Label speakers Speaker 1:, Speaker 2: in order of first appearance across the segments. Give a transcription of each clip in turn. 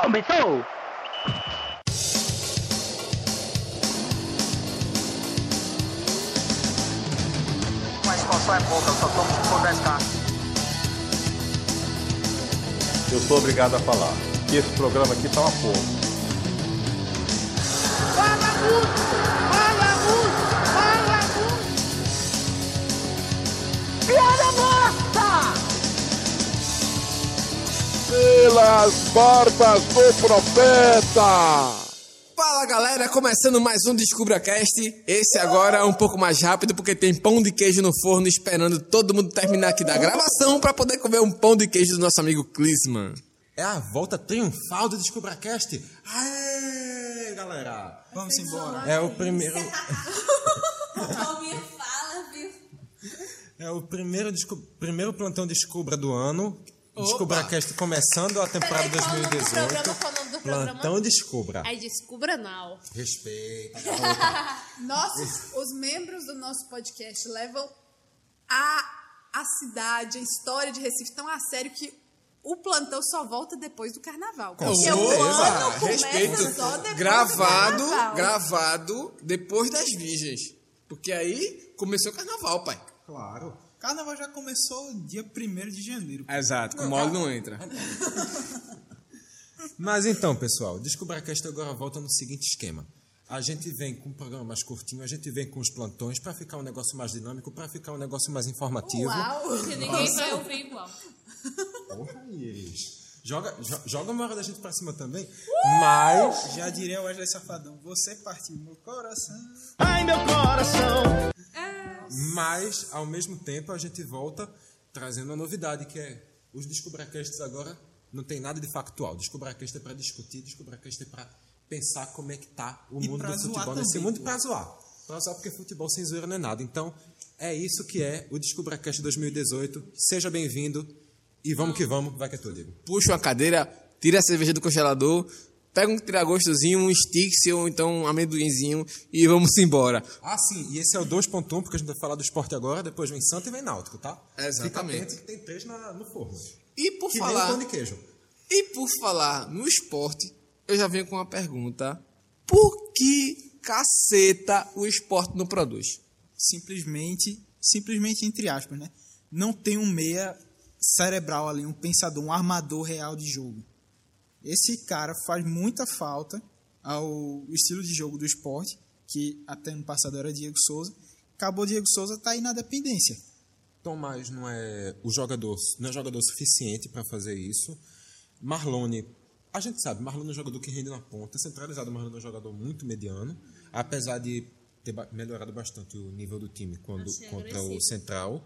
Speaker 1: Começou!
Speaker 2: Mas qual só é pouca, eu só tomo se for 10k.
Speaker 3: Eu sou obrigado a falar que esse programa aqui tá uma porra.
Speaker 4: Fala muito! Fala muito! Fala muito! Piada morta!
Speaker 5: pelas portas do profeta.
Speaker 6: Fala galera, começando mais um DescubraCast. Esse agora é um pouco mais rápido porque tem pão de queijo no forno esperando todo mundo terminar aqui da gravação pra poder comer um pão de queijo do nosso amigo Clisman.
Speaker 7: É a volta triunfal do DescubraCast. Aê, galera!
Speaker 8: Vamos embora.
Speaker 7: É o primeiro,
Speaker 9: Alguém fala, viu?
Speaker 7: é o primeiro, descu- primeiro plantão Descubra do ano. DescubraCast começando a temporada
Speaker 9: Peraí, qual o nome do
Speaker 7: 2018.
Speaker 9: programa? Qual o nome do programa?
Speaker 7: Plantão Descubra.
Speaker 9: É Descubra Now.
Speaker 7: Respeita.
Speaker 8: Nossos, os membros do nosso podcast levam a, a cidade, a história de Recife tão a sério que o plantão só volta depois do carnaval. Com Porque o
Speaker 6: Opa,
Speaker 8: ano começa só depois
Speaker 6: Gravado,
Speaker 8: do carnaval.
Speaker 6: gravado depois das virgens. Porque aí começou o carnaval, pai.
Speaker 7: Claro.
Speaker 8: Carnaval já começou dia 1 de janeiro.
Speaker 6: Exato, com
Speaker 8: tá.
Speaker 6: mole não entra.
Speaker 7: Mas então, pessoal, DescubraCast agora volta no seguinte esquema. A gente vem com um programa mais curtinho, a gente vem com os plantões pra ficar um negócio mais dinâmico, pra ficar um negócio mais informativo.
Speaker 9: Porque ninguém vai ouvir igual.
Speaker 7: Porra, Iris. Joga, jo- joga uma hora da gente pra cima também. Uh! Mas.
Speaker 8: Já diria o Wesley Safadão, você partiu meu coração.
Speaker 7: Mas, ao mesmo tempo, a gente volta trazendo uma novidade, que é os Descubracasts agora não tem nada de factual. Descubracast é pra discutir, Descubracast é pra pensar como é que tá o
Speaker 8: E
Speaker 7: mundo
Speaker 8: pra
Speaker 7: do
Speaker 8: zoar
Speaker 7: futebol nesse
Speaker 8: também,
Speaker 7: mundo e
Speaker 8: pô.
Speaker 7: pra zoar. Pra zoar porque futebol sem zoeira não é nada. Então, é isso que é o Descubracast 2018. Seja bem-vindo e vamos que vamos. Vai que é tu, Diego.
Speaker 6: Puxa uma cadeira, tira a cerveja do congelador, pega um tiragostozinho, um stick ou então um amendoinzinho e vamos embora.
Speaker 7: Ah, sim, e esse é o 2.1, porque a gente vai falar do esporte agora, depois vem Santa e vem Náutico, tá?
Speaker 6: Exatamente.
Speaker 7: Fica atento que tem três na- no forno.
Speaker 6: E por
Speaker 7: que nem o
Speaker 6: falar.
Speaker 7: pão de queijo.
Speaker 6: E por falar no esporte, eu já venho com uma pergunta. Por que caceta o esporte não produz?
Speaker 8: simplesmente, simplesmente entre aspas, né? Não tem um meia cerebral ali, um pensador, um armador real de jogo. Esse cara faz muita falta ao estilo de jogo do esporte, que até ano passado era Diego Souza. Acabou Diego Souza, tá aí na dependência.
Speaker 7: Tomás não é o jogador, não é jogador suficiente para fazer isso. Marlone, a gente sabe, Marlone é um jogador que rende na ponta, centralizado, Marlone é um jogador muito mediano, apesar de ter ba- melhorado bastante o nível do time quando
Speaker 9: Achei
Speaker 7: contra o
Speaker 9: agressivo.
Speaker 7: Central.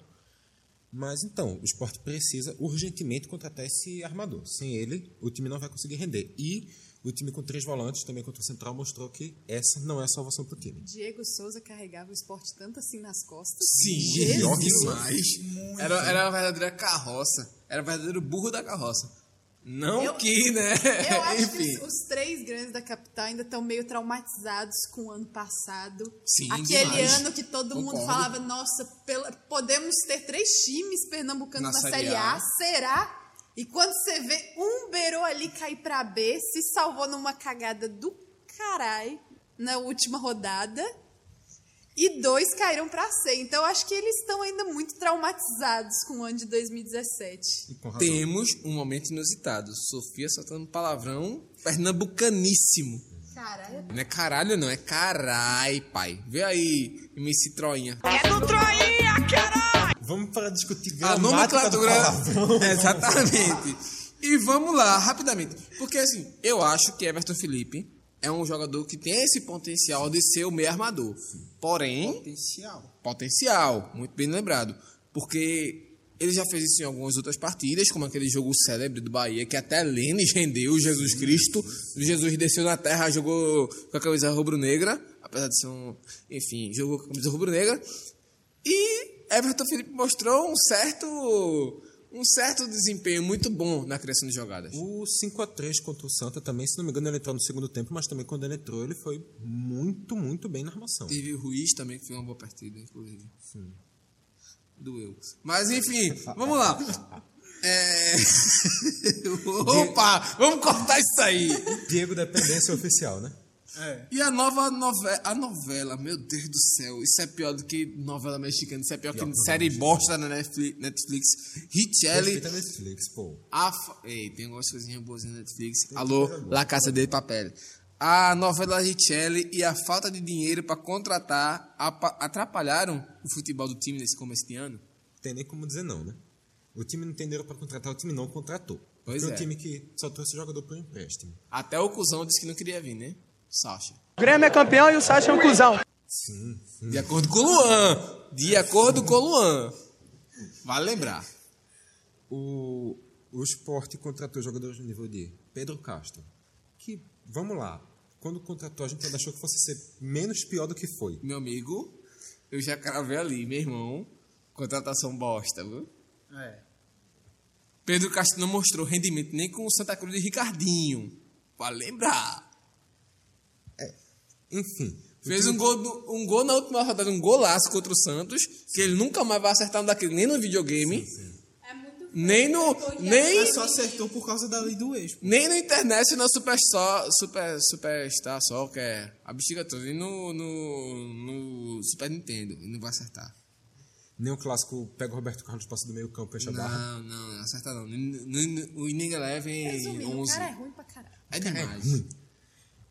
Speaker 7: Mas então, o esporte precisa urgentemente contratar esse armador. Sem ele, o time não vai conseguir render. E o time com três volantes, também contra o Central, mostrou que essa não é a salvação para o time.
Speaker 10: Diego Souza carregava o esporte tanto assim nas costas.
Speaker 6: Sim, pior demais. Era, era a verdadeira carroça. Era o verdadeiro burro da carroça. Não
Speaker 10: Eu-
Speaker 6: que, né?
Speaker 10: Eu acho
Speaker 6: Enfim.
Speaker 10: que os, os três grandes da capital ainda estão meio traumatizados com o ano passado.
Speaker 6: Sim,
Speaker 10: Aquele
Speaker 6: demais.
Speaker 10: ano que todo
Speaker 6: Concordo.
Speaker 10: mundo falava, nossa, pela- podemos ter três times pernambucanos na,
Speaker 6: Na Série
Speaker 10: Série
Speaker 6: A.
Speaker 10: A. Será? E quando você vê um beirou ali cair pra B, se salvou numa cagada do caralho na última rodada. E dois caíram pra C. Então, eu acho que eles estão ainda muito traumatizados com o ano de 2017.
Speaker 7: E com razão.
Speaker 6: Temos um momento inusitado. Sofia soltando um palavrão pernambucaníssimo.
Speaker 10: Caralho,
Speaker 6: Não é caralho, não. É carai, pai. Vê aí, MC Troinha.
Speaker 7: Vamos para discutir
Speaker 6: A
Speaker 7: gramática do
Speaker 6: nomenclatura.
Speaker 7: palavrão.
Speaker 6: Exatamente. E vamos lá, rapidamente. Porque assim, eu acho que Everton Felipe é um jogador que tem esse potencial de ser o meio armador. Porém,
Speaker 8: Potencial.
Speaker 6: potencial, muito bem lembrado. Porque ele já fez isso em algumas outras partidas, como aquele jogo célebre do Bahia, que até Lênis rendeu Jesus Cristo. Jesus desceu na terra, jogou com a camisa rubro-negra, apesar de ser um. Enfim, jogou com a camisa rubro-negra. E Everton Felipe mostrou um certo. Um certo desempenho muito bom na criação de jogadas.
Speaker 7: O 5x3 contra o Santa também, se não me engano, ele entrou no segundo tempo, mas também quando ele entrou, ele foi muito, muito bem na armação.
Speaker 6: Teve o Ruiz também, que foi uma boa partida, inclusive. Doeu. Mas enfim, vamos lá. É... Opa, vamos cortar isso aí.
Speaker 7: Diego Dependência Oficial, né?
Speaker 6: E a nova novela, a novela, meu Deus do céu, isso é pior do que novela mexicana, isso é pior,
Speaker 7: Pior
Speaker 6: que
Speaker 7: que
Speaker 6: série
Speaker 7: novela
Speaker 6: bosta na Netflix, Netflix. Richelle,
Speaker 7: Respeita a Netflix, pô.
Speaker 6: a fa- Ei, tem algumas coisinhas boas na Netflix. Alô, La Casa de Papel. A novela Richelle e a falta de dinheiro para contratar apa- atrapalharam o futebol do time nesse começo de ano?
Speaker 7: Tem nem como dizer não, né? O time não tem dinheiro pra contratar, o time não contratou.
Speaker 6: Pois
Speaker 7: Foi
Speaker 6: é.
Speaker 7: um time que só trouxe jogador por empréstimo.
Speaker 6: Até o cuzão disse que não queria vir, né? Sasha.
Speaker 4: O Grêmio é campeão e o Sacha é um cuzão.
Speaker 7: Sim, sim.
Speaker 6: De acordo com o Luan. De acordo com o Luan. Vale lembrar.
Speaker 7: O, o esporte contratou jogadores no nível de Pedro Castro. Que, vamos lá, quando contratou a gente ainda achou que fosse ser menos pior do que foi.
Speaker 6: Meu amigo, eu já cravei ali, meu irmão. Contratação bosta, viu?
Speaker 8: É.
Speaker 6: Pedro Castro não mostrou rendimento nem com o Santa Cruz de Ricardinho. Vale lembrar.
Speaker 7: Enfim,
Speaker 6: Fez um gol, do- um gol na última rodada, um golaço contra o Santos, que ele nunca mais vai acertar um daquele, nem no videogame,
Speaker 9: É muito
Speaker 6: nem no.
Speaker 8: Mas
Speaker 6: Nem,
Speaker 8: É só acertou por causa da lei do ex.
Speaker 6: nem no internet, no Super Só, Super, Superstar Só, que é a bexiga toda, e no, no, no Super Nintendo, e não vai acertar.
Speaker 7: nem o clássico pega o Roberto Carlos, passa do meio campo, fecha a barra.
Speaker 6: Não, não, não acerta não. No- no- no- O Inning Eleven
Speaker 10: Resumindo, o
Speaker 6: 11.
Speaker 10: cara é ruim pra caralho.
Speaker 6: É demais.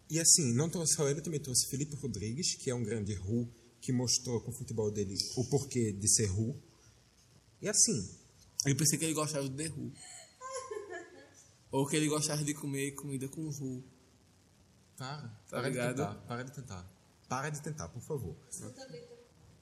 Speaker 7: E assim, não trouxe só ele, também trouxe Felipe Rodrigues, que é um grande Ru, que mostrou com o futebol dele o porquê de ser Ru. E assim,
Speaker 6: Eu pensei que ele gostava de The Who. Ou que ele gostava de comer comida com Who.
Speaker 7: para,
Speaker 6: Tá
Speaker 7: para
Speaker 6: ligado?
Speaker 7: de tentar, para de tentar. Para de tentar, por favor.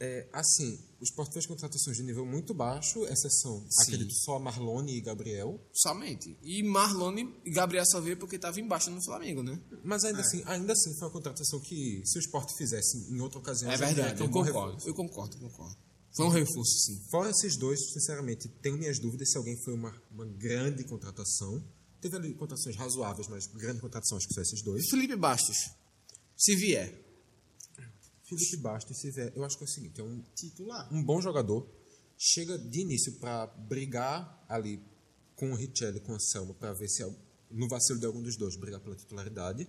Speaker 7: É, assim, o Sport fez contratações de nível muito baixo, exceção, acredito, só Marlone e Gabriel.
Speaker 6: Somente. E Marlon e Gabriel só veio porque tava embaixo no Flamengo, né?
Speaker 7: Mas ainda assim, ainda assim foi uma contratação que, se o Sport fizesse em outra ocasião...
Speaker 6: É
Speaker 7: já teria
Speaker 6: verdade,
Speaker 7: que um
Speaker 6: eu
Speaker 7: bom
Speaker 6: concordo.
Speaker 7: reforço.
Speaker 6: Eu concordo, eu concordo. Foi um reforço, sim.
Speaker 7: Fora esses dois, sinceramente, tenho minhas dúvidas se alguém foi uma, uma grande contratação. Teve ali contratações razoáveis, mas grande contratação acho que são esses dois.
Speaker 6: Felipe Bastos. Se vier.
Speaker 7: Felipe Bastos, se vier, eu acho que é o seguinte, é um titular, um bom jogador, chega de início para brigar ali com o Richelli, com o Anselmo, para ver se al- no vacilo de algum dos dois brigar pela titularidade.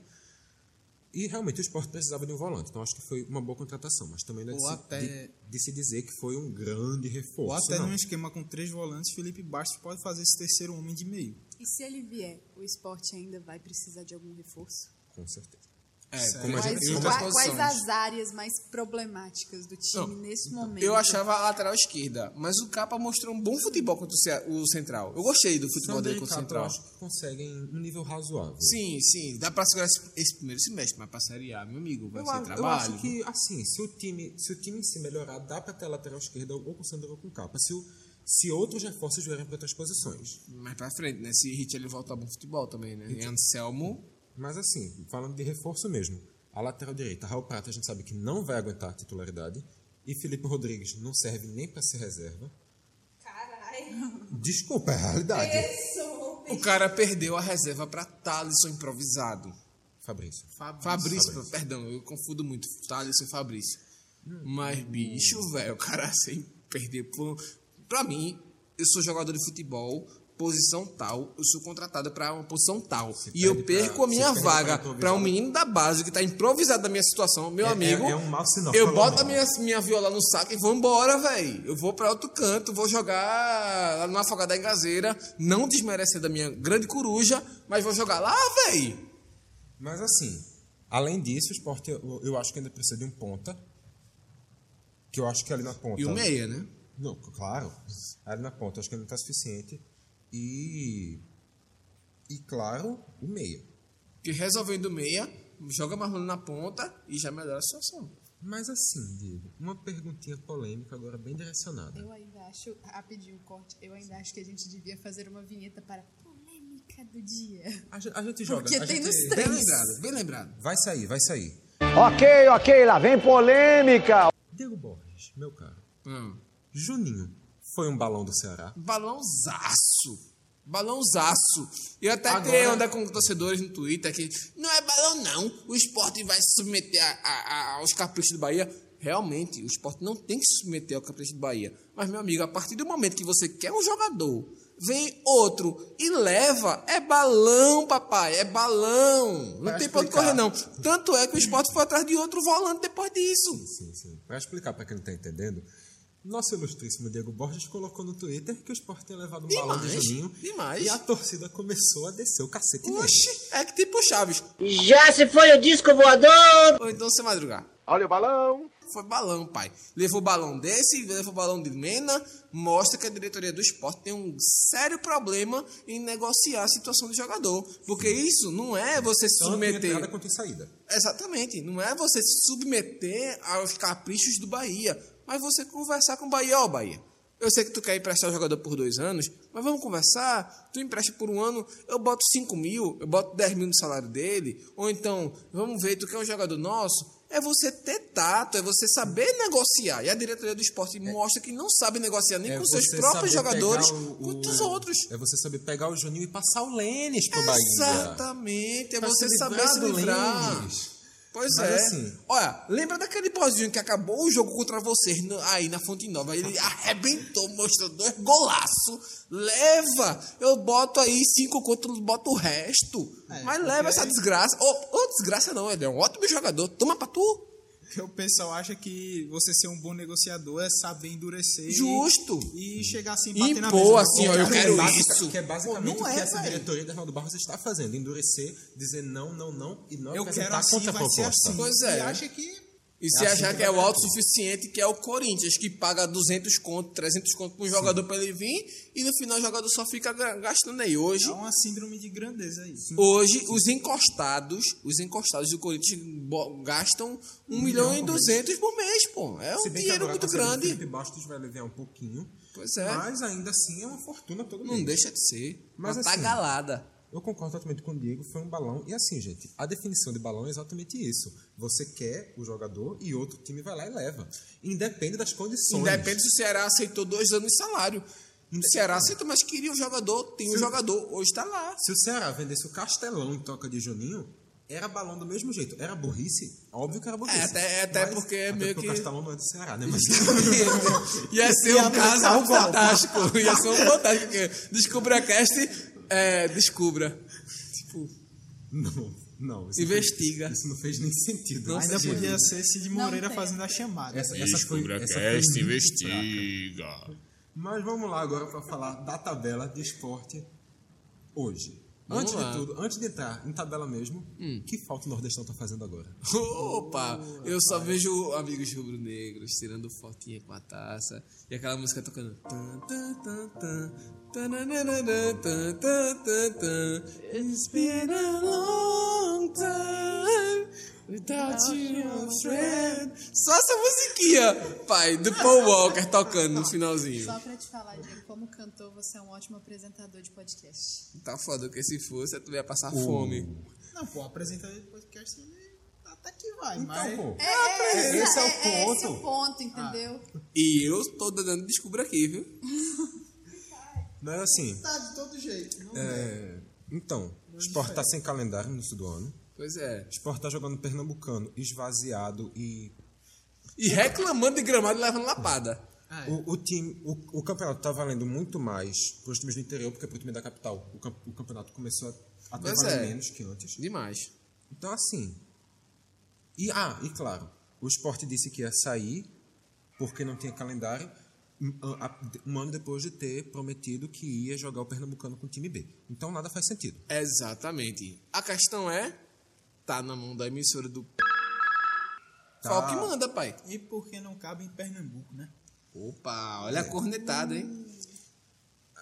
Speaker 7: E realmente o Sport precisava de um volante, então acho que foi uma boa contratação, mas também não é de,
Speaker 8: Ou
Speaker 7: se,
Speaker 8: até-
Speaker 7: de- de se dizer que foi um grande reforço.
Speaker 8: Ou até
Speaker 7: não.
Speaker 8: num esquema com três volantes, Felipe Bastos pode fazer esse terceiro homem de meio.
Speaker 10: E se ele vier, o esporte ainda vai precisar de algum reforço?
Speaker 7: Com certeza.
Speaker 6: É,
Speaker 7: como a
Speaker 10: Quais,
Speaker 7: gente-
Speaker 10: qua-
Speaker 6: outras
Speaker 10: quais
Speaker 6: posições.
Speaker 10: as áreas mais problemáticas do time nesse momento?
Speaker 6: Eu achava a lateral esquerda, mas o Capa mostrou um bom futebol contra o Ce- o Central. Eu gostei do futebol
Speaker 7: Sander
Speaker 6: dele
Speaker 7: e
Speaker 6: contra o
Speaker 7: Capa,
Speaker 6: Central.
Speaker 7: eu acho que conseguem um nível razoável.
Speaker 6: Sim, sim. Dá pra segurar esse, esse primeiro semestre, mas pra Série A, meu amigo, vai
Speaker 7: Eu,
Speaker 6: ser
Speaker 7: a- eu
Speaker 6: trabalho.
Speaker 7: acho que, assim, se o time se, o time se melhorar, dá pra ter a lateral esquerda ou com o Sandro ou com o Capa. Se, o- se outros reforços vierem pra outras posições.
Speaker 6: Mais pra frente, né? Se Hit ele volta a bom futebol também, né? E Anselmo.
Speaker 7: Mas, assim, falando de reforço mesmo, a lateral direita, Raul Prata, a gente sabe que não vai aguentar a titularidade. E Felipe Rodrigues não serve nem pra ser reserva.
Speaker 9: Caralho.
Speaker 7: Desculpa, é a realidade.
Speaker 6: O cara perdeu a reserva pra Thalisson improvisado.
Speaker 7: Fabrício.
Speaker 6: Fabrício,
Speaker 7: Fabrício.
Speaker 6: perdão, eu confundo muito. Thalisson e Fabrício. Mas, bicho, velho, o cara sem perder por. Pra mim, eu sou jogador de futebol, posição tal, eu sou contratado pra uma posição tal. e eu
Speaker 7: perde
Speaker 6: perco
Speaker 7: pra-
Speaker 6: a minha
Speaker 7: se perde pra
Speaker 6: vaga pra,
Speaker 7: improvisado.
Speaker 6: um menino da base que tá improvisado na minha situação, meu
Speaker 7: É- é-
Speaker 6: amigo.
Speaker 7: é um mau sinal,
Speaker 6: Eu
Speaker 7: pelo
Speaker 6: boto a
Speaker 7: menos.
Speaker 6: minha, minha viola no saco e vou embora, velho. Eu vou pra outro canto, vou jogar lá no Afogado da Engazeira, não desmerecer da minha grande coruja, mas vou jogar lá, velho.
Speaker 7: Mas assim, além disso, o Sport eu, eu acho que ainda precisa de um ponta. Que eu acho que ali na ponta.
Speaker 6: E o meia, né?
Speaker 7: Não, c- claro. Ali na ponta, eu acho que ainda não está suficiente. E. E claro, o meia.
Speaker 6: Que resolvendo o meia, joga Marlon na ponta e já melhora a situação.
Speaker 7: Mas assim, Diego, uma perguntinha polêmica agora bem direcionada.
Speaker 10: Eu ainda acho, rapidinho o corte, eu ainda acho que a gente devia fazer uma vinheta para polêmica do dia.
Speaker 7: A, gen- a gente joga.
Speaker 10: Porque
Speaker 7: a
Speaker 10: tem
Speaker 7: gente-
Speaker 10: nos
Speaker 6: Bem
Speaker 10: três.
Speaker 6: lembrado, bem lembrado.
Speaker 7: Vai sair, vai sair.
Speaker 4: Ok, ok, lá vem polêmica.
Speaker 7: Diego Borges, meu caro.
Speaker 6: Hum.
Speaker 7: Juninho foi um balão do Ceará.
Speaker 6: Balãozaço. Balãozaço. Eu até
Speaker 7: Agora-
Speaker 6: tenho andar com torcedores no Twitter que não é balão, não. O esporte vai se submeter a- a- a- aos caprichos do Bahia. realmente o esporte não tem que se submeter ao Campeonato do Bahia. Mas, meu amigo, a partir do momento que você quer um jogador, vem outro e leva, é balão, papai, é balão. Não
Speaker 7: Pra
Speaker 6: tem pra onde
Speaker 7: explicar.
Speaker 6: correr, não. Tanto é que o esporte foi atrás de outro volante depois disso.
Speaker 7: Sim, sim. Pra explicar pra quem não tá entendendo, nosso ilustríssimo Diego Borges colocou no Twitter que o Sport tinha levado um balão de
Speaker 6: Demais,
Speaker 7: Juninho.
Speaker 6: demais.
Speaker 7: E a torcida começou a descer o cacete nele.
Speaker 6: Oxi, é que tipo Chaves.
Speaker 4: Já se foi o disco voador!
Speaker 6: Ou então você madrugar.
Speaker 5: Olha o balão.
Speaker 6: Foi balão, pai. Levou balão desse, levou balão de Mena. Mostra que a diretoria do esporte tem um sério problema em negociar a situação do jogador. Porque isso não é você se
Speaker 7: Tanto em Então, entrada
Speaker 6: submeter.
Speaker 7: quanto em saída.
Speaker 6: Exatamente. Não é você se submeter aos caprichos do Bahia. Mas você conversar com o Bahia, ó, Bahia. Eu sei que tu quer emprestar o jogador por dois anos, mas vamos conversar. Tu empresta por um ano, eu boto 5 mil, eu boto 10 mil no salário dele. Ou então, vamos ver, tu quer um jogador nosso? É você ter tato, é você saber negociar. E a diretoria do esporte mostra que não sabe negociar nem
Speaker 7: É
Speaker 6: com seus
Speaker 7: você
Speaker 6: próprios
Speaker 7: saber
Speaker 6: jogadores,
Speaker 7: pegar o-
Speaker 6: com
Speaker 7: o-
Speaker 6: os outros.
Speaker 7: É você saber pegar o Juninho e passar o Lênis pro Bahia.
Speaker 6: Exatamente, é
Speaker 7: Pra
Speaker 6: você
Speaker 7: Tá se
Speaker 6: saber se
Speaker 7: do
Speaker 6: livrar.
Speaker 7: Lênis.
Speaker 6: Pois
Speaker 7: Mas
Speaker 6: é.
Speaker 7: assim-
Speaker 6: Olha, lembra daquele pozinho que acabou o jogo contra vocês no- aí na Fonte Nova? Ele arrebentou, mostrou dois golaço. Leva! Eu boto aí cinco contos, boto o resto.
Speaker 7: É,
Speaker 6: Mas leva essa desgraça. Ô, ô, desgraça não, ele é um ótimo jogador. Toma pra tu.
Speaker 8: Porque o pessoal acha que você ser um bom negociador é saber endurecer. e-
Speaker 6: Justo.
Speaker 8: E chegar assim,
Speaker 6: E
Speaker 8: bater na
Speaker 6: pô,
Speaker 8: mesa.
Speaker 6: assim, ó, eu
Speaker 7: Que é
Speaker 6: quero
Speaker 7: basic-
Speaker 6: isso.
Speaker 7: Que é basicamente
Speaker 8: Pô, não
Speaker 7: o que
Speaker 8: é,
Speaker 7: essa
Speaker 8: velho.
Speaker 7: diretoria do Arnaldo Barros está fazendo. Endurecer, dizer não, não, não e não
Speaker 8: Eu quero
Speaker 7: apresentar
Speaker 8: assim, vai ser
Speaker 7: contraproposta.
Speaker 8: assim.
Speaker 6: tá Pois é.
Speaker 8: E acha que
Speaker 6: E se
Speaker 7: assim
Speaker 6: achar
Speaker 7: que
Speaker 6: que é
Speaker 7: vai
Speaker 6: o autossuficiente, que é o Corinthians, que paga 200 conto, 300 conto pro jogador pra ele vir, e no final o jogador só fica gra- gastando aí. Hoje,
Speaker 8: é uma síndrome de grandeza aí.
Speaker 6: hoje os encostados, os encostados do Corinthians bo- gastam 1 milhão e 200 por mês, pô. É um
Speaker 7: Se bem que
Speaker 6: dinheiro muito
Speaker 7: agora tá com a saída do
Speaker 6: grande.
Speaker 7: Felipe Bastos vai aliviar um pouquinho.
Speaker 6: Pois é.
Speaker 7: Mas ainda assim é uma fortuna todo
Speaker 6: Não
Speaker 7: mês.
Speaker 6: deixa de ser.
Speaker 7: Mas
Speaker 6: Mas
Speaker 7: assim-
Speaker 6: tá galada.
Speaker 7: Eu concordo totalmente com o Diego, foi um balão. E assim, gente, a definição de balão é exatamente isso. Você quer o jogador e outro time vai lá e leva. Independe das condições.
Speaker 6: Independe se o Ceará aceitou dois anos de salário. O Ceará aceitou, mas queria um jogador, tem um jogador, hoje tá lá.
Speaker 7: Se o Ceará vendesse o Castelão em troca de Juninho, era balão do mesmo jeito. Era burrice? Óbvio que era burrice.
Speaker 6: É, até- é, até porque é meio
Speaker 7: porque
Speaker 6: que-
Speaker 7: o Castelão não é do Ceará, né? Mas...
Speaker 6: Ia ser um caso fantástico. Ia ser um fantástico. porque Descubra a cast, é, descubra. Tipo,
Speaker 7: não, não. Isso
Speaker 6: Investiga.
Speaker 7: não fez- isso não fez nem sentido.
Speaker 6: Não
Speaker 8: Ainda
Speaker 7: Essa-
Speaker 8: podia ser Cid Moreira
Speaker 9: tem.
Speaker 8: fazendo a chamada.
Speaker 7: Essa, essa foi, essa
Speaker 6: é
Speaker 7: foi muito fraca. Mas vamos lá agora para falar da tabela de esporte hoje.
Speaker 6: Vamos
Speaker 7: antes
Speaker 6: lá. Hum.
Speaker 7: de tudo, antes de entrar em tabela mesmo, que falta o Nordestão tá fazendo agora?
Speaker 6: opa, eu só vejo amigos rubro-negros tirando fotinha com a taça e aquela música tocando. Tan, tan, tan, tan, tananana, tan, tan, tan, tan. It's been a long time without you, my friend. Só essa musiquinha, pai, do Paul Walker tocando no finalzinho.
Speaker 9: Só pra te falar, Diego, como cantor, você é um ótimo apresentador de podcast.
Speaker 6: Tá foda, porque se fosse, tu ia passar fome.
Speaker 8: Não, pô, apresentador de podcast ele até que vai,
Speaker 6: Então,
Speaker 8: mas.
Speaker 7: pô,
Speaker 6: Ah,
Speaker 9: É,
Speaker 6: tá.
Speaker 9: é,
Speaker 7: esse é o
Speaker 9: esse
Speaker 7: ponto.
Speaker 9: o ponto, entendeu?
Speaker 6: E eu tô dando descubra aqui, viu?
Speaker 7: mas assim,
Speaker 8: Tá de todo jeito. Não
Speaker 7: é, então, o esporte tá sem calendário no início do ano.
Speaker 6: Pois é.
Speaker 7: O esporte tá jogando pernambucano, esvaziado e
Speaker 6: E reclamando de gramado e levando lapada.
Speaker 7: O, o time, o, o campeonato tá valendo muito mais para os times do interior, porque para o time da capital o, cam- o campeonato começou a, a ter
Speaker 6: Pois
Speaker 7: valer
Speaker 6: é.
Speaker 7: menos que antes.
Speaker 6: Demais.
Speaker 7: Então, assim. E, ah, e claro, o esporte disse que ia sair porque não tinha calendário, um, a- a- um ano depois de ter prometido que ia jogar o Pernambucano com o time B. Então, nada faz sentido.
Speaker 6: Exatamente. A questão é, tá na mão da emissora do...
Speaker 7: Tá.
Speaker 6: Qual que manda, pai?
Speaker 8: E por que não cabe em Pernambuco, né?
Speaker 6: Opa,
Speaker 7: É.
Speaker 6: olha a cornetada, hein?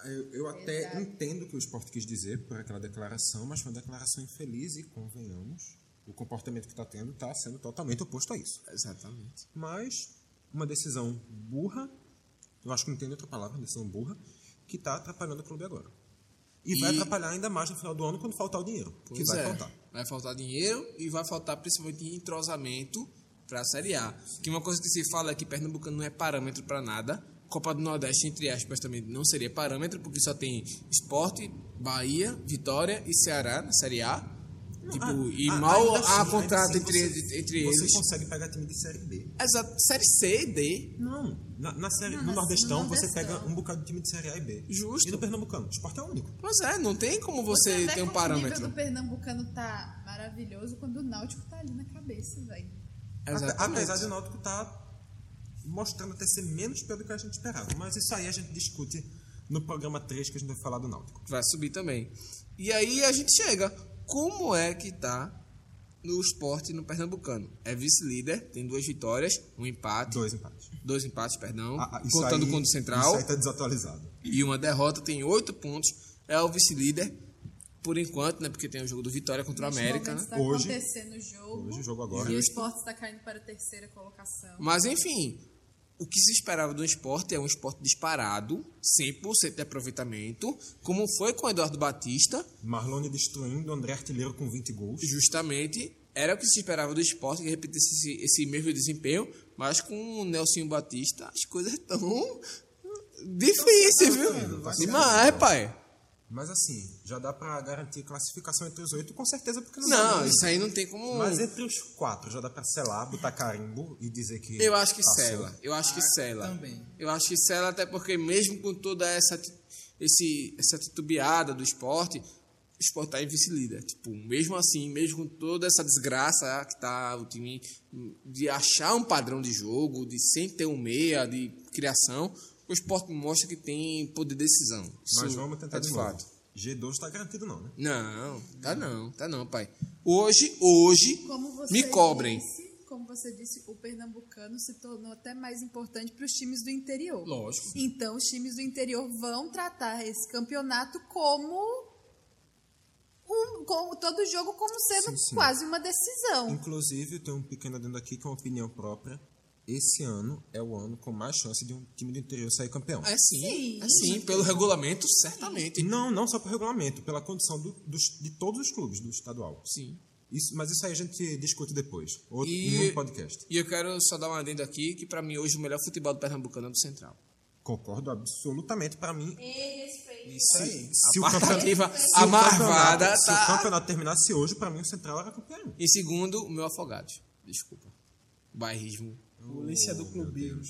Speaker 7: Eu, eu até entendo o que o esporte quis dizer por aquela declaração, mas foi uma declaração infeliz e, convenhamos, o comportamento que está tendo está sendo totalmente oposto a isso.
Speaker 6: Exatamente.
Speaker 7: mas uma decisão burra, eu acho que não tem outra palavra, decisão burra, que está atrapalhando o clube agora. E, vai
Speaker 6: E-
Speaker 7: atrapalhar ainda mais no final do ano quando faltar o dinheiro, que
Speaker 6: Pois
Speaker 7: vai
Speaker 6: é.
Speaker 7: faltar.
Speaker 6: Vai faltar dinheiro e vai faltar principalmente entrosamento pra Série A. Que uma coisa que se fala é que Pernambucano não é parâmetro pra nada. Copa do Nordeste, entre aspas, também não seria parâmetro, porque só tem Esporte, Bahia, Vitória e Ceará na Série A. Tipo, e
Speaker 7: Ah,
Speaker 6: mal
Speaker 7: ainda
Speaker 6: há
Speaker 7: assim,
Speaker 6: contrato
Speaker 7: ainda assim
Speaker 6: entre,
Speaker 7: você-
Speaker 6: entre
Speaker 7: Você
Speaker 6: eles.
Speaker 7: consegue pegar time de série B.
Speaker 6: Exato. Série C e D.
Speaker 7: Não, na, na série,
Speaker 9: Não,
Speaker 7: no
Speaker 9: mas
Speaker 7: Nordestão
Speaker 9: no
Speaker 7: você
Speaker 9: Nordestão.
Speaker 7: pega um bocado de time de série A e B.
Speaker 6: Justo.
Speaker 7: E no Pernambucano, o esporte é único.
Speaker 6: Pois é, não tem como você,
Speaker 9: vê
Speaker 6: ter um
Speaker 9: como é, O nível
Speaker 6: parâmetro.
Speaker 9: do pernambucano tá maravilhoso quando o Náutico tá ali na cabeça, velho.
Speaker 7: Ape-
Speaker 6: Exatamente.
Speaker 7: Apesar de o Náutico tá mostrando até ser menos pelo que a gente esperava. Mas isso aí a gente discute no programa 3 que a gente vai falar do Náutico.
Speaker 6: Vai subir também. E aí a gente chega. Como é que tá no esporte no Pernambucano? É vice-líder, tem duas vitórias, um empate.
Speaker 7: Dois empates.
Speaker 6: Dois empates, perdão.
Speaker 7: Ah, ah, isso
Speaker 6: Então, contando
Speaker 7: aí-
Speaker 6: com o do Central.
Speaker 7: Isso aí tá desatualizado.
Speaker 6: e uma derrota, tem oito pontos, é o vice-líder, por enquanto, né? Porque tem o jogo do Vitória contra o
Speaker 9: Neste
Speaker 6: América,
Speaker 9: momento
Speaker 6: né?
Speaker 9: Está
Speaker 7: Hoje-
Speaker 9: tá acontecendo o jogo.
Speaker 7: hoje o jogo agora.
Speaker 9: E o esporte está caindo para a terceira colocação.
Speaker 6: Mas enfim, o que se esperava do esporte é um esporte disparado, 100% de aproveitamento, como foi com o Eduardo Batista,
Speaker 7: Marlone destruindo o André Artilheiro com 20 gols.
Speaker 6: justamente era o que se esperava do esporte, que repetisse esse, esse mesmo desempenho, mas com o Nelson Batista as coisas estão difíceis, viu?
Speaker 7: vai
Speaker 6: Demais, pai.
Speaker 7: Mas assim, já dá pra garantir classificação entre os oito, com certeza, porque é um-
Speaker 6: Não, isso aí não tem como.
Speaker 7: Mas entre os quatro já dá pra selar, botar carimbo e dizer que. tá
Speaker 6: Eu acho que
Speaker 7: passou.
Speaker 6: sela. Eu acho
Speaker 9: Ah,
Speaker 6: que sela.
Speaker 8: também.
Speaker 6: Eu acho que sela até porque mesmo com toda essa ti- esse essa titubeada do esporte, o esporte tá em vice-líder. Tipo, mesmo assim, mesmo com toda essa desgraça que tá o time de achar um padrão de jogo, de sem ter um meia, de criação, o esporte mostra que tem poder de decisão. Isso
Speaker 7: Mas vamos tentar
Speaker 6: é
Speaker 7: de,
Speaker 6: de
Speaker 7: novo.
Speaker 6: fato.
Speaker 7: G2 tá garantido, não, né?
Speaker 6: Não, tá não, tá não, pai. Hoje, hoje,
Speaker 9: Como você
Speaker 6: me cobrem.
Speaker 9: Disse, como você disse, o pernambucano se tornou até mais importante para os times do interior.
Speaker 6: Lógico.
Speaker 9: Então, os times do interior vão tratar esse campeonato como. Um, como todo jogo como sendo
Speaker 7: Sim, sim.
Speaker 9: quase uma decisão.
Speaker 7: Inclusive, tem um pequeno adendo aqui que é uma opinião própria. Esse ano é o ano com mais chance de um time do interior sair campeão.
Speaker 6: É sim,
Speaker 9: Sim.
Speaker 6: é sim, pelo regulamento, certamente.
Speaker 7: Não, não só por regulamento, pela condição do- dos- de todos os clubes do estadual.
Speaker 6: Sim.
Speaker 7: Isso, mas isso aí a gente discute depois, ou
Speaker 6: E-
Speaker 7: num podcast.
Speaker 6: E eu quero só dar uma adendo aqui, que pra mim hoje o melhor futebol do Pernambucano é do Central.
Speaker 7: Concordo absolutamente. Pra mim,
Speaker 6: Isso aí.
Speaker 7: se o
Speaker 6: A
Speaker 7: campeonato,
Speaker 6: partida
Speaker 7: se o
Speaker 6: amarvada
Speaker 7: campeonato- se o
Speaker 6: tá...
Speaker 7: campeonato terminasse hoje, pra mim o Central era campeão.
Speaker 6: E segundo, o meu Afogados. Desculpa. Bairrismo.
Speaker 8: Polícia do clubismo.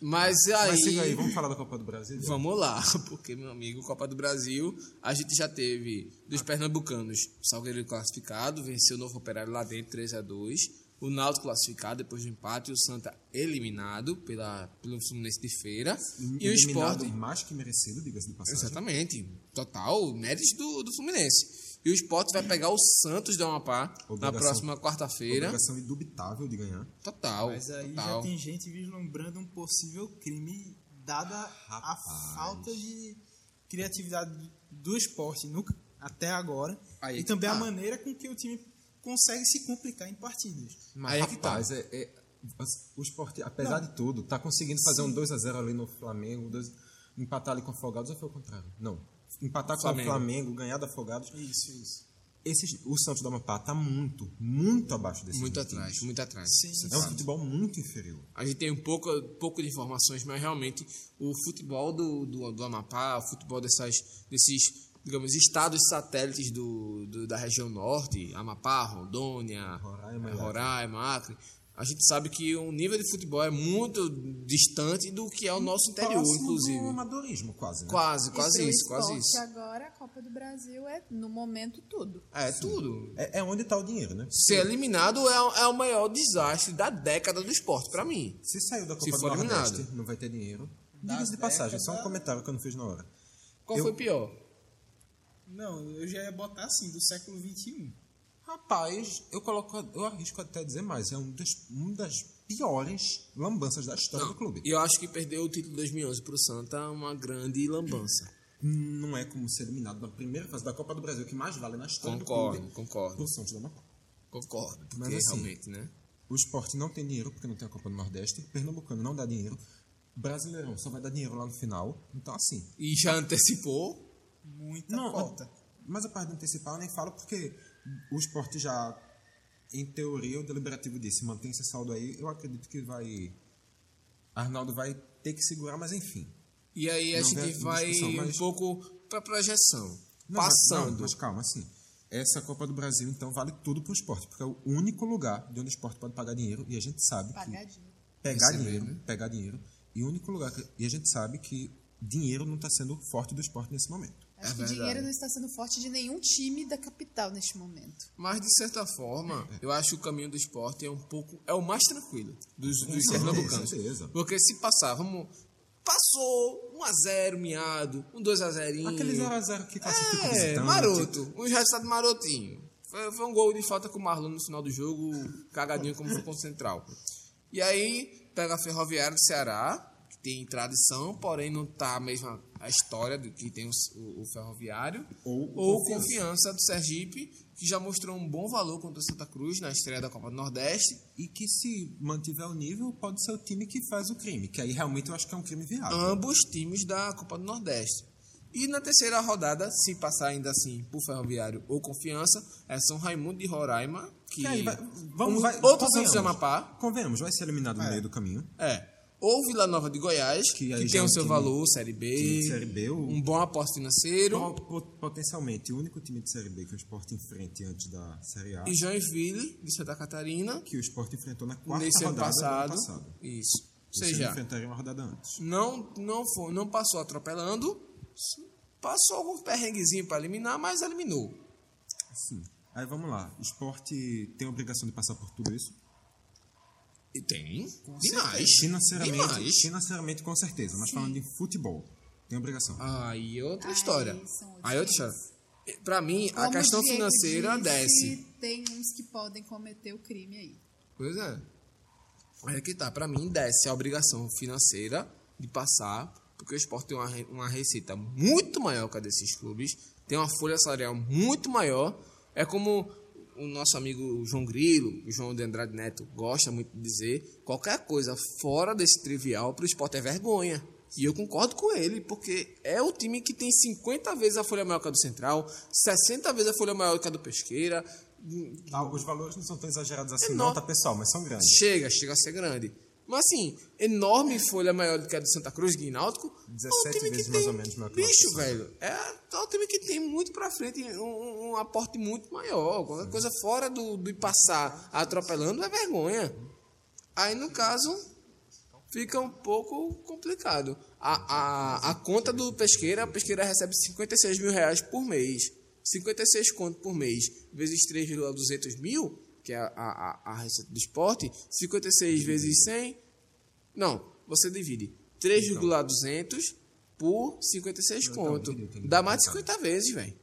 Speaker 6: Mas aí...
Speaker 7: Oh, Mas siga aí, vamos falar da Copa do Brasil?
Speaker 6: Vamos lá, porque, meu amigo, Copa do Brasil, a gente já teve dos pernambucanos, o Salgueiro classificado, venceu o Novo Operário lá dentro 3 a 2 o Náutico classificado depois do empate, o Santa eliminado pela, pelo Fluminense de Feira, e o
Speaker 7: Eliminado
Speaker 6: Sport...
Speaker 7: mais que merecido, diga-se de passagem.
Speaker 6: Exatamente, total, mérito do, do Fluminense. E o Sport vai pegar o Santos do Amapá na
Speaker 7: Obrigação.
Speaker 6: próxima quarta-feira.
Speaker 7: Obrigação indubitável de ganhar.
Speaker 6: Total,
Speaker 8: Mas aí
Speaker 6: total.
Speaker 8: já tem gente vislumbrando um possível crime, dada a
Speaker 7: Rapaz.
Speaker 8: falta de criatividade do esporte no- até agora
Speaker 6: Aí é
Speaker 8: e
Speaker 6: que
Speaker 8: também
Speaker 6: tá.
Speaker 8: a maneira com que o time consegue se complicar em partidas.
Speaker 7: Mas,
Speaker 6: Aí é que tá.
Speaker 7: rapaz, é, é- o esporte, apesar de tudo, tá conseguindo fazer um 2x0 ali no Flamengo, dois- empatar ali com o Afogados, ou foi o contrário? Não. Empatar
Speaker 6: Flamengo.
Speaker 7: com o Flamengo, ganhar do Afogados.
Speaker 8: Isso, isso.
Speaker 7: Esses, o Santos do Amapá tá muito, muito abaixo desse
Speaker 6: Muito atrás, muito atrás.
Speaker 8: Sim.
Speaker 6: Isso
Speaker 7: É um
Speaker 6: fato.
Speaker 7: futebol muito inferior.
Speaker 6: A gente tem um pouco, pouco de informações, mas realmente o futebol do, do, do Amapá, o futebol dessas, desses, digamos, estados satélites do, do- da região norte, Amapá, Rondônia,
Speaker 7: Roraima e
Speaker 6: eh,
Speaker 7: Acre.
Speaker 6: Roraima, Acre, a gente sabe que o nível de futebol é muito distante do que é o nosso interior,
Speaker 7: Próximo do
Speaker 6: inclusive.
Speaker 7: amadorismo, quase. Né?
Speaker 6: Quase,
Speaker 9: Entre
Speaker 6: quase
Speaker 9: o
Speaker 6: isso, quase
Speaker 9: esporte
Speaker 6: isso.
Speaker 9: Agora a Copa do Brasil é, no momento, tudo.
Speaker 6: É tudo.
Speaker 7: É, é onde tá o dinheiro, né?
Speaker 6: Ser eliminado é, o- é o maior desastre da década do esporte, pra mim.
Speaker 7: Se saiu da Copa
Speaker 6: Se
Speaker 7: do
Speaker 6: for eliminado.
Speaker 7: Nordeste, não vai ter dinheiro. Diga-se de passagem, só um comentário que eu não fiz na hora.
Speaker 6: Qual
Speaker 7: Eu-
Speaker 6: foi pior?
Speaker 8: Não, eu já ia botar assim, do século XXI.
Speaker 7: Rapaz, eu coloco, eu arrisco até dizer mais, é um das, um das piores lambanças da história do clube.
Speaker 6: E eu acho que perder o título de 2011 pro Santa é uma grande lambança.
Speaker 7: Não é como ser eliminado na primeira fase da Copa do Brasil, que mais vale na história
Speaker 6: Concordo,
Speaker 7: do clube.
Speaker 6: concordo.
Speaker 7: pro Santos da Amapá.
Speaker 6: Concordo, porque
Speaker 7: Mas assim-
Speaker 6: realmente, né?
Speaker 7: O esporte não tem dinheiro, porque não tem a Copa do Nordeste. Pernambucano não dá dinheiro. Brasileirão só vai dar dinheiro lá no final. Então, assim,
Speaker 6: E já antecipou.
Speaker 8: Muita
Speaker 7: Não,
Speaker 8: falta.
Speaker 7: Mas a parte do antecipar eu nem falo porque o esporte já, em teoria, o deliberativo disse, mantém esse saldo aí, eu acredito que vai. Arnaldo vai ter que segurar, mas enfim.
Speaker 6: E aí a
Speaker 7: Não,
Speaker 6: gente
Speaker 7: né,
Speaker 6: vai
Speaker 7: discussão,
Speaker 6: um
Speaker 7: mas-
Speaker 6: pouco pra projeção.
Speaker 7: Não, mas-
Speaker 6: passando.
Speaker 7: não, mas calma, assim. Essa Copa do Brasil, então, vale tudo pro esporte, porque é o único lugar de onde o esporte pode pagar dinheiro e a gente sabe
Speaker 10: Pagar
Speaker 7: que.
Speaker 10: dinheiro.
Speaker 7: Pegar
Speaker 6: Receber,
Speaker 7: dinheiro,
Speaker 6: né?
Speaker 7: pegar dinheiro. E o único lugar que. E a gente sabe que dinheiro não está sendo forte do esporte nesse momento.
Speaker 10: Acho
Speaker 6: É
Speaker 10: que dinheiro não está sendo forte de nenhum time da capital neste momento.
Speaker 6: Mas, de certa forma, eu acho que o caminho do esporte é um pouco. É o mais tranquilo dos, dos
Speaker 7: certeza,
Speaker 6: pernambucanos.
Speaker 7: certeza.
Speaker 6: Porque se passar, vamos. Passou 1x0 miado, um 2x0.
Speaker 7: Aquele 0x0 que classifica o
Speaker 6: É,
Speaker 7: visitante.
Speaker 6: maroto. Um resultado marotinho. Foi, foi um gol de falta com o Marlon no final do jogo, cagadinho como foi com o Central. E aí, pega a Ferroviária do Ceará, que tem tradição, porém não tá a mesma a história do que tem o, o Ferroviário.
Speaker 7: Ou o
Speaker 6: confiança. do Sergipe, que já mostrou um bom valor contra o Santa Cruz na estreia da Copa do Nordeste.
Speaker 7: E que se mantiver o nível, pode ser o time que faz o crime. Que aí realmente eu acho que é um crime viável.
Speaker 6: ambos times da Copa do Nordeste. E na terceira rodada, se passar ainda assim por Ferroviário ou Confiança, é São Raimundo de Roraima, que,
Speaker 7: E aí, vai, vamos,
Speaker 6: um-
Speaker 7: vai,
Speaker 6: outro Santos
Speaker 7: convenhamos.
Speaker 6: de Amapá,
Speaker 7: Convenhamos, vai ser eliminado no meio do caminho.
Speaker 6: é, ou Vila Nova de Goiás,
Speaker 7: Que
Speaker 6: que,
Speaker 7: aí já
Speaker 6: tem
Speaker 7: é um
Speaker 6: o seu
Speaker 7: time
Speaker 6: valor, Série B,
Speaker 7: de Série B, o-
Speaker 6: um bom aporte financeiro,
Speaker 7: Po- po- Potencialmente, o único time de Série B que o Sport enfrente antes da Série A,
Speaker 6: e Joinville, de Santa Catarina,
Speaker 7: que o Sport enfrentou na quarta
Speaker 6: nesse ano
Speaker 7: rodada
Speaker 6: passado.
Speaker 7: do ano passado.
Speaker 6: Isso. Ou
Speaker 7: Vocês
Speaker 6: seja,
Speaker 7: enfrentariam uma rodada antes.
Speaker 6: não, não, foi, não passou atropelando, passou algum perrenguezinho para eliminar, mas eliminou.
Speaker 7: Sim. Aí vamos lá. O Sport tem a obrigação de passar por tudo isso?
Speaker 6: E tem. Demais.
Speaker 7: Financeiramente,
Speaker 6: Demais.
Speaker 7: financeiramente com certeza. Mas falando em futebol, tem obrigação.
Speaker 6: Aí é outra
Speaker 10: Aí
Speaker 6: história.
Speaker 10: são outros
Speaker 6: Aí é outra história. Pra mim, a
Speaker 10: Como
Speaker 6: questão
Speaker 10: o Diego
Speaker 6: financeira
Speaker 10: disse,
Speaker 6: desce.
Speaker 10: Tem uns que podem cometer o crime aí.
Speaker 6: Pois é. Aí é que tá. Pra mim, desce a obrigação financeira de passar, porque o esporte tem uma, re- uma receita muito maior que a desses clubes, tem uma folha salarial muito maior. É como o nosso amigo João Grilo, o João de Andrade Neto, gosta muito de dizer: qualquer coisa fora desse trivial pro esporte é vergonha. E eu concordo com ele, porque é o time que tem 50 vezes a folha maior que a do Central, 60 vezes a folha maior que a do Pesqueira,
Speaker 7: Ah, os valores não são tão exagerados assim,
Speaker 6: Enorme.
Speaker 7: não, tá, pessoal? Mas são grandes.
Speaker 6: Chega, chega a ser grande. Mas assim, enorme folha maior do que a do Santa Cruz, Guia e Náutico. é um
Speaker 7: 17
Speaker 6: time que
Speaker 7: vezes
Speaker 6: tem-
Speaker 7: mais ou menos maior que o
Speaker 6: Bicho,
Speaker 7: Náutico.
Speaker 6: velho. É, é um time que tem muito pra frente, um- um, um aporte muito maior. Qualquer coisa fora do, do passar atropelando é vergonha. Aí, no caso, fica um pouco complicado. A, a, a conta do pesqueira, a pesqueira recebe 56 mil reais por mês. 56 conto por mês, vezes 3,200 mil, que é a, a, a receita do esporte, 56 vezes 100, não, você divide 3,200 por 56 conto.
Speaker 7: dividiu, tá ligado?
Speaker 6: Dá mais de 50 vezes, velho.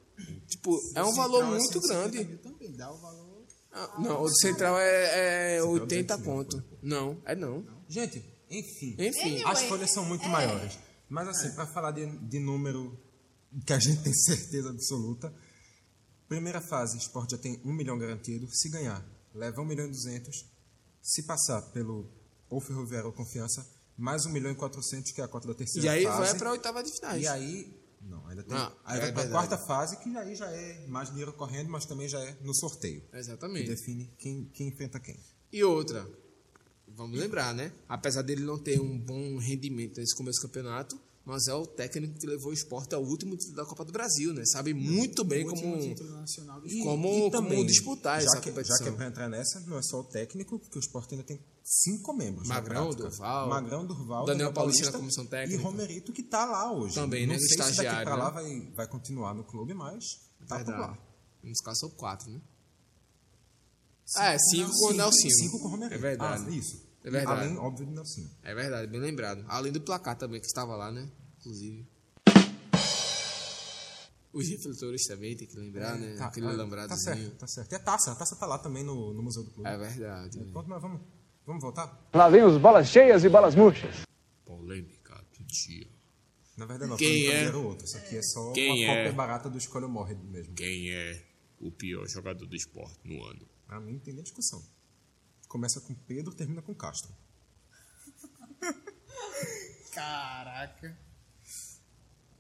Speaker 6: Tipo, é um valor muito grande.
Speaker 8: Também dá o valor.
Speaker 6: Ah, Não, o do central é, é 80 conto. Não, é não.
Speaker 7: Gente, enfim.
Speaker 6: Enfim.
Speaker 7: As folhas são muito maiores. Mas assim, pra falar de, de número que a gente tem certeza absoluta, primeira fase, o esporte já tem 1 milhão garantido. Se ganhar, leva 1 milhão e 200. Se passar pelo ou ferroviário ou confiança, mais 1 milhão e 400, que é a cota da terceira
Speaker 6: E aí
Speaker 7: fase.
Speaker 6: vai pra oitava de finais.
Speaker 7: E aí... Não, ainda tem...
Speaker 6: Ah,
Speaker 7: aí
Speaker 6: é
Speaker 7: vai pra
Speaker 6: verdade.
Speaker 7: quarta fase, que aí já é mais dinheiro correndo, mas também já é no sorteio. Que
Speaker 6: Exatamente.
Speaker 7: define quem, quem enfrenta quem.
Speaker 6: E outra, vamos lembrar, né? Apesar dele não ter um bom rendimento nesse começo do campeonato, mas é o técnico que levou o esporte ao último título da Copa do Brasil, né?
Speaker 7: Hum,
Speaker 6: Sabe muito bem como.
Speaker 8: Título
Speaker 7: né?
Speaker 8: nacional do
Speaker 6: como, como disputar
Speaker 7: já
Speaker 6: essa
Speaker 7: que,
Speaker 6: competição.
Speaker 7: Já que é pra entrar nessa, não é só o técnico, porque o Sport ainda tem cinco membros. na
Speaker 6: Magrão,
Speaker 7: prática.
Speaker 6: Durval,
Speaker 7: Magrão, Durval,
Speaker 6: Daniel Paulista na
Speaker 7: Paulista
Speaker 6: comissão técnica.
Speaker 7: E Romerito, que tá lá hoje.
Speaker 6: Também,
Speaker 7: não
Speaker 6: né,
Speaker 7: sei se daqui
Speaker 6: estagiário,
Speaker 7: pra lá
Speaker 6: né?
Speaker 7: vai, vai continuar no clube, mas tá por
Speaker 6: Verdade.
Speaker 7: lá.
Speaker 6: Nos casos são quatro, né? ah, é cinco com o Nelsinho.
Speaker 7: Cinco com o Romerito.
Speaker 6: É verdade.
Speaker 7: Ah, isso.
Speaker 6: É verdade.
Speaker 7: Além, óbvio, do Nelsinho.
Speaker 6: É verdade, bem lembrado. Além do placar também, que estava lá, né? Inclusive. Os refletores também, tem que lembrar, né? Aquele
Speaker 7: É, tá
Speaker 6: lembradozinho.
Speaker 7: certo, tá certo. E a taça, a taça tá lá também no, no Museu do Clube.
Speaker 6: É verdade. né?
Speaker 7: Pronto, mas vamos, vamos voltar?
Speaker 2: Lá vem os balas cheias e balas murchas.
Speaker 6: Polêmica do dia.
Speaker 7: Na verdade não,
Speaker 6: Quem
Speaker 7: foi um
Speaker 6: é?
Speaker 7: brasileiro ou outro. Isso aqui é só
Speaker 6: Quem
Speaker 7: uma
Speaker 6: é?
Speaker 7: cópia barata do Escolha ou Morre mesmo.
Speaker 6: Quem é o pior jogador do esporte no ano?
Speaker 7: Pra mim não tem nem discussão. Começa com Pedro, termina com Castro.
Speaker 8: Caraca.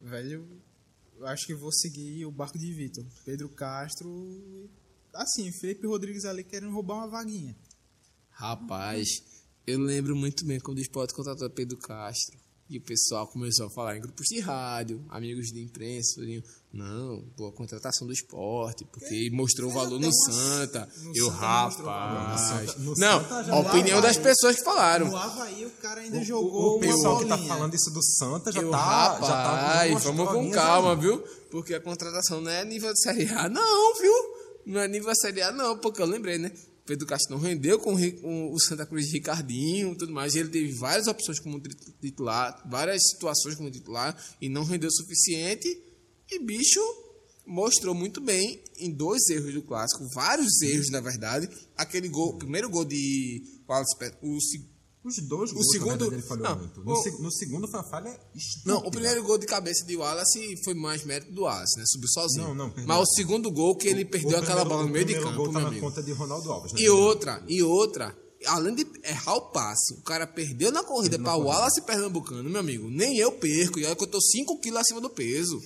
Speaker 8: Velho, eu acho que vou seguir o barco de Vitor. Pedro Castro. e- Assim, Felipe Rodrigues ali querendo roubar uma vaguinha.
Speaker 6: Rapaz, eu lembro muito bem quando o esporte contratou Pedro Castro. E o pessoal começou a falar em grupos de rádio, amigos de imprensa, diziam, não, pô, a contratação do esporte, porque mostrou o valor no Santa. Eu, rapaz. Não, a opinião das pessoas que falaram.
Speaker 8: No Havaí, o cara ainda
Speaker 7: O-
Speaker 8: jogou
Speaker 7: o, o
Speaker 8: uma
Speaker 7: pessoal que tá
Speaker 8: bolinha.
Speaker 7: falando isso do Santa já
Speaker 6: Eu,
Speaker 7: tá.
Speaker 6: rapaz,
Speaker 7: já tá com umas
Speaker 6: vamos com
Speaker 7: bolinhas
Speaker 6: calma,
Speaker 7: aí.
Speaker 6: viu? Porque a contratação não é nível de Série A, não, viu? Não é nível de Série A, não, porque eu lembrei, né? Pedro Castro não rendeu com o Ri- com o Santa Cruz de Ricardinho e tudo mais. Ele teve várias opções como tri- titular, várias situações como titular, e não rendeu o suficiente. E bicho mostrou muito bem em dois erros do clássico, vários erros, na verdade. Aquele gol, o primeiro gol de Wallace Pe- o se-
Speaker 7: Os dois
Speaker 6: O
Speaker 7: gols, na
Speaker 6: segundo-
Speaker 7: verdade, ele falhou
Speaker 6: não,
Speaker 7: muito. No,
Speaker 6: o-
Speaker 7: se- no segundo é foi uma falha estúpida.
Speaker 6: Não, o primeiro gol de cabeça de Wallace foi mais mérito do Wallace, né? Subiu sozinho.
Speaker 7: Não, não, perdão.
Speaker 6: Mas o segundo gol que ele perdeu
Speaker 7: O
Speaker 6: aquela
Speaker 7: primeiro-
Speaker 6: bola no
Speaker 7: o
Speaker 6: meio de
Speaker 7: primeiro
Speaker 6: campo,
Speaker 7: gol tá
Speaker 6: meu
Speaker 7: na
Speaker 6: amigo.
Speaker 7: conta de Ronaldo Alves. né?
Speaker 6: E outra, e outra. Além de errar o passe, o cara perdeu na corrida pra Wallace Pernambucano, meu amigo. Nem eu perco. E olha que eu tô 5 quilos acima do peso.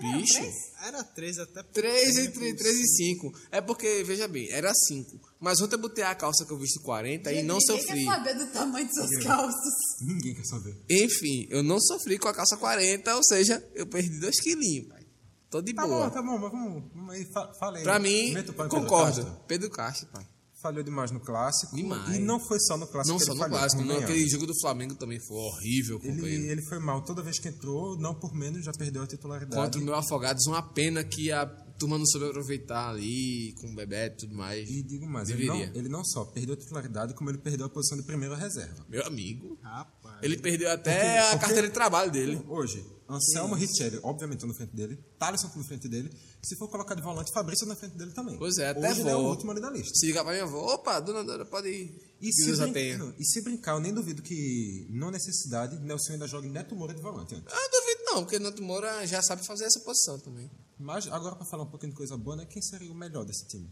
Speaker 6: Bicho.
Speaker 8: Era três até... por
Speaker 6: 3 e
Speaker 8: tempo.
Speaker 6: 3, e 5. É porque, veja bem, era 5. Mas ontem eu botei a calça que eu visto 40 e não
Speaker 10: Ninguém quer
Speaker 6: sofri.
Speaker 10: saber do tamanho de suas calças.
Speaker 7: Ninguém quer saber.
Speaker 6: Enfim, eu não sofri com a calça 40, ou seja, eu perdi 2 quilinhos, pai. Tô de
Speaker 7: Tá
Speaker 6: boa.
Speaker 7: bom, tá bom, mas vamos. vamos aí, fa- fala aí.
Speaker 6: Pra mim,
Speaker 7: Meta o pau em Pedro
Speaker 6: concordo.
Speaker 7: Castro.
Speaker 6: Pedro Castro, pai.
Speaker 7: Falhou demais no clássico.
Speaker 6: Demais.
Speaker 7: E não foi só no clássico.
Speaker 6: não
Speaker 7: que
Speaker 6: só
Speaker 7: ele
Speaker 6: no
Speaker 7: falhou,
Speaker 6: clássico, não.
Speaker 7: convenhamos.
Speaker 6: Aquele jogo do Flamengo também foi horrível, companheiro.
Speaker 7: Ele, é ele foi mal toda vez que entrou, não por menos, já perdeu a titularidade.
Speaker 6: Contra o meu Afogados, uma pena que a turma não soube aproveitar ali, com o Bebeto e tudo mais.
Speaker 7: E digo mais, ele não,
Speaker 6: Deveria.
Speaker 7: ele não só perdeu a titularidade, como ele perdeu a posição de primeira reserva.
Speaker 6: Meu amigo.
Speaker 8: Rapaz.
Speaker 6: Ele perdeu até a
Speaker 7: Ah, porque-
Speaker 6: carteira de trabalho dele.
Speaker 7: Hoje, Anselmo Richelli, obviamente, tá na frente dele. Thaleson na frente dele. Se for colocar de volante, Fabrício tá na frente dele também.
Speaker 6: Pois é, até
Speaker 7: Hoje ele é o
Speaker 6: vou.
Speaker 7: último ali da lista.
Speaker 6: Se ligar pra minha avó, opa, dona Dora, pode ir.
Speaker 7: E
Speaker 6: Que
Speaker 7: se,
Speaker 6: Deus a
Speaker 7: brin-
Speaker 6: tenha.
Speaker 7: não, e se brincar, eu nem duvido que, não necessidade, Nelson ainda jogue Neto Moura de volante. antes.
Speaker 6: Ah, Eu duvido não, porque Nato Moura já sabe fazer essa posição também.
Speaker 7: Mas agora, pra falar um pouquinho de coisa boa, né? Quem seria o melhor desse time?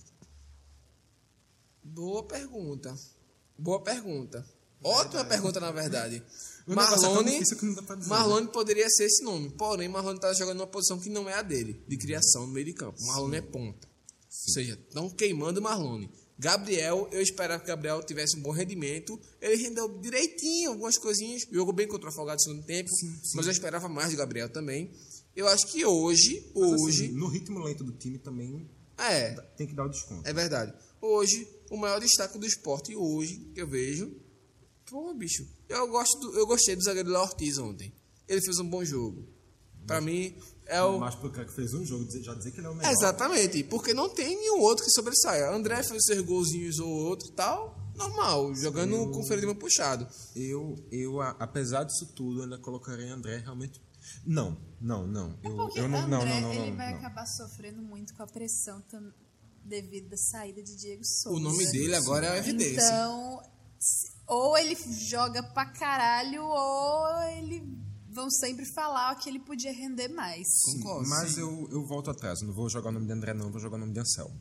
Speaker 6: Boa pergunta. Boa pergunta. Ótima pergunta, na verdade.
Speaker 7: O negócio é tão
Speaker 6: Marlone,
Speaker 7: difícil que não dá pra dizer, né?
Speaker 6: Marlone poderia ser esse nome. Porém, Marlone tá jogando numa posição que não é a dele, de criação no meio de campo. Marlone é ponta. Ou seja, estão queimando o Marlone. Gabriel, eu esperava que o Gabriel tivesse um bom rendimento. Ele rendeu direitinho algumas coisinhas. Jogou bem contra o Afogado no segundo tempo. Mas eu esperava mais do Gabriel também. Eu acho que hoje,
Speaker 7: Mas,
Speaker 6: hoje...
Speaker 7: assim, no ritmo lento do time também
Speaker 6: é,
Speaker 7: tem que dar o desconto.
Speaker 6: é verdade. Hoje, o maior destaque do esporte hoje que eu vejo. Pô, bicho, eu, gosto do- eu gostei do zagueiro Léo Ortiz ontem. Ele fez um bom jogo. Pra mim, é o.
Speaker 7: Mas pro cara que fez um jogo, dizer- já dizer que ele é o melhor.
Speaker 6: Exatamente, porque não tem nenhum outro que sobressaia. André fez seus golzinhos ou outro e tal, normal, jogando com o freio de mão puxado.
Speaker 7: Eu, eu, a- apesar disso tudo, eu ainda colocaria André realmente. Não, não, não. Eu,
Speaker 10: É Porque
Speaker 7: eu não,
Speaker 10: André,
Speaker 7: não, não, não,
Speaker 10: ele
Speaker 7: não,
Speaker 10: vai
Speaker 7: não.
Speaker 10: acabar sofrendo muito com a pressão tam- devido à saída de Diego Souza.
Speaker 6: O nome dele
Speaker 7: assim,
Speaker 6: agora é a evidência.
Speaker 10: Então, se- ou ele joga pra caralho, ou ele vão sempre falar que ele podia render mais.
Speaker 6: Concordo.
Speaker 7: então, Mas eu, eu volto atrás, eu não vou jogar o nome de André, não, eu vou jogar o nome de Anselmo.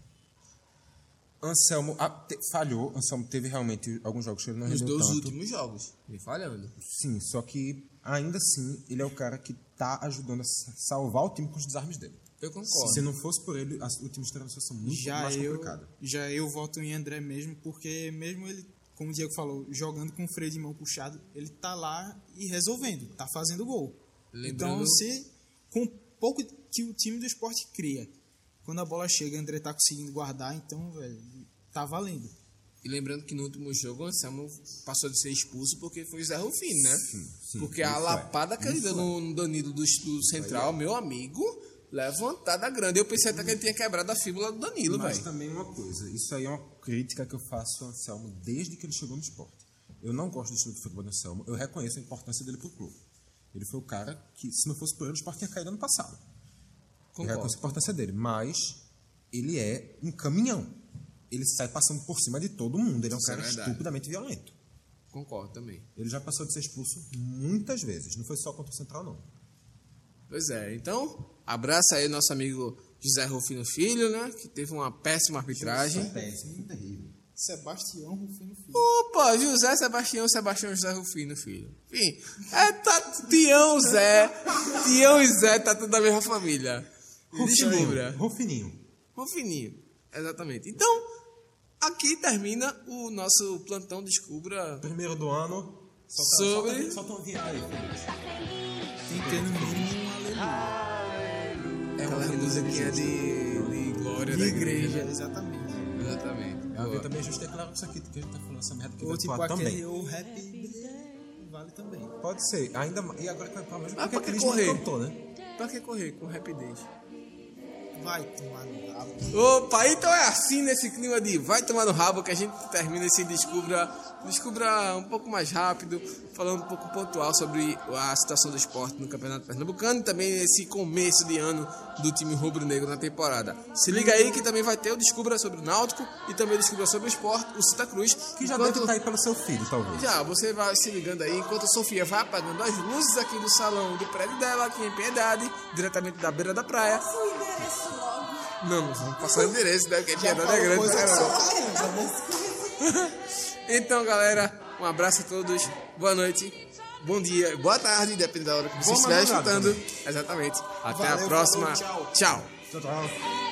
Speaker 7: Anselmo ah, te- falhou, Anselmo teve realmente alguns jogos que ele não
Speaker 6: Nos
Speaker 7: rendeu
Speaker 6: dois
Speaker 7: tanto.
Speaker 6: últimos jogos, me falhando.
Speaker 7: Sim, só que ainda assim ele é o cara que tá ajudando a sa- salvar o time com os desarmes dele.
Speaker 6: Eu concordo.
Speaker 7: Se não fosse por ele, as- o time estaria numa situação muito
Speaker 8: já
Speaker 7: mais
Speaker 8: eu,
Speaker 7: complicada.
Speaker 8: já eu voto em André mesmo, porque mesmo ele, como o Diego falou, jogando com o freio de mão puxado, ele tá lá e resolvendo, tá fazendo gol.
Speaker 6: Lembrando-
Speaker 8: Então, se com pouco que o time do esporte cria, quando a bola chega, André tá conseguindo guardar, então, velho, tá valendo.
Speaker 6: E lembrando que no último jogo o Anselmo passou de ser expulso porque foi o Zé Rufino, né?
Speaker 7: sim,
Speaker 6: porque a
Speaker 7: isso é,
Speaker 6: lapada que ele deu no, no Danilo do, do Central, meu amigo, levantada grande. Eu pensei até que ele tinha quebrado a fíbula do Danilo,
Speaker 7: Mas
Speaker 6: velho.
Speaker 7: tá- também uma coisa, isso aí é uma crítica que eu faço ao Anselmo desde que ele chegou no esporte. Eu não gosto do estilo de futebol do Anselmo, eu reconheço a importância dele pro clube. Ele foi o cara que, se não fosse por ele, o esporte tinha caído ano passado. Eu
Speaker 6: Concordo.
Speaker 7: reconheço a importância dele, mas ele é um caminhão. Ele sai passando por cima de todo mundo, ele é um
Speaker 6: Isso é
Speaker 7: cara
Speaker 6: verdade.
Speaker 7: estupidamente violento.
Speaker 6: Concordo também.
Speaker 7: Ele já passou de ser expulso muitas vezes, não foi só contra o Central, não.
Speaker 6: Pois é, então, abraça aí nosso amigo José Rufino Filho, né? Que teve uma péssima arbitragem.
Speaker 7: é péssimo, terrível.
Speaker 8: Sebastião Rufino Filho.
Speaker 6: Opa, José Sebastião, Sebastião José Rufino, filho. Enfim, é tá, Tião Zé. Tião e Zé tá tudo da mesma família. Descubra.
Speaker 7: Rufininho.
Speaker 6: Rufininho, exatamente. Então, aqui termina o nosso plantão Descubra
Speaker 7: Primeiro do ano.
Speaker 6: Sobre-
Speaker 7: Tá, Solta, solta uma vinheta aí, Felipe.
Speaker 8: tem que ter no mínimo
Speaker 6: É uma musiquinha de, de glória
Speaker 8: de
Speaker 6: da igreja.
Speaker 8: igreja, exatamente.
Speaker 6: Exatamente.
Speaker 7: Eu
Speaker 6: Boa.
Speaker 7: também é justo declaro isso aqui, porque a gente tá falando essa merda que
Speaker 8: Ou
Speaker 7: vai
Speaker 8: tipo
Speaker 7: coar
Speaker 8: aquele,
Speaker 7: também.
Speaker 8: ou rap, vale também.
Speaker 7: Pode ser. Ainda mais. E agora que vai pra mesmo,
Speaker 6: Mas
Speaker 7: porque a
Speaker 6: pra que
Speaker 7: Cris não
Speaker 6: correr?
Speaker 7: cantou, né?
Speaker 6: Pra que correr com rapidez?
Speaker 8: Vai tomar no rabo.
Speaker 6: Opa, então é assim nesse clima de vai tomar no rabo que a gente termina esse descubra, descubra um pouco mais rápido, falando um pouco pontual sobre a situação do esporte no Campeonato Pernambucano e também esse começo de ano do time rubro-negro na temporada. Se liga aí que também vai ter o descubra sobre o Náutico e também o descubra sobre o esporte, o Santa Cruz,
Speaker 7: Que já
Speaker 6: enquanto-
Speaker 7: deve estar aí pelo seu filho, talvez.
Speaker 6: Já, "Ah, você vai se ligando aí enquanto a Sofia vai apagando as luzes aqui do salão do prédio dela, aqui em Piedade, diretamente da beira da praia.
Speaker 10: O endereço logo.
Speaker 6: Não, não vamos passar o endereço, né? Porque Piedade é grande.
Speaker 8: Coisa
Speaker 6: pra
Speaker 8: que
Speaker 6: caramba.
Speaker 8: só tem, tá bom?
Speaker 6: Então, galera, um abraço a todos. Boa noite. Bom dia, boa tarde, depende da hora que você
Speaker 7: Boa
Speaker 6: estiver
Speaker 7: madrugada
Speaker 6: escutando. Exatamente. Até a
Speaker 8: Valeu,
Speaker 6: próxima.
Speaker 8: falou, tchau.
Speaker 6: tchau.
Speaker 7: Tchau, tchau.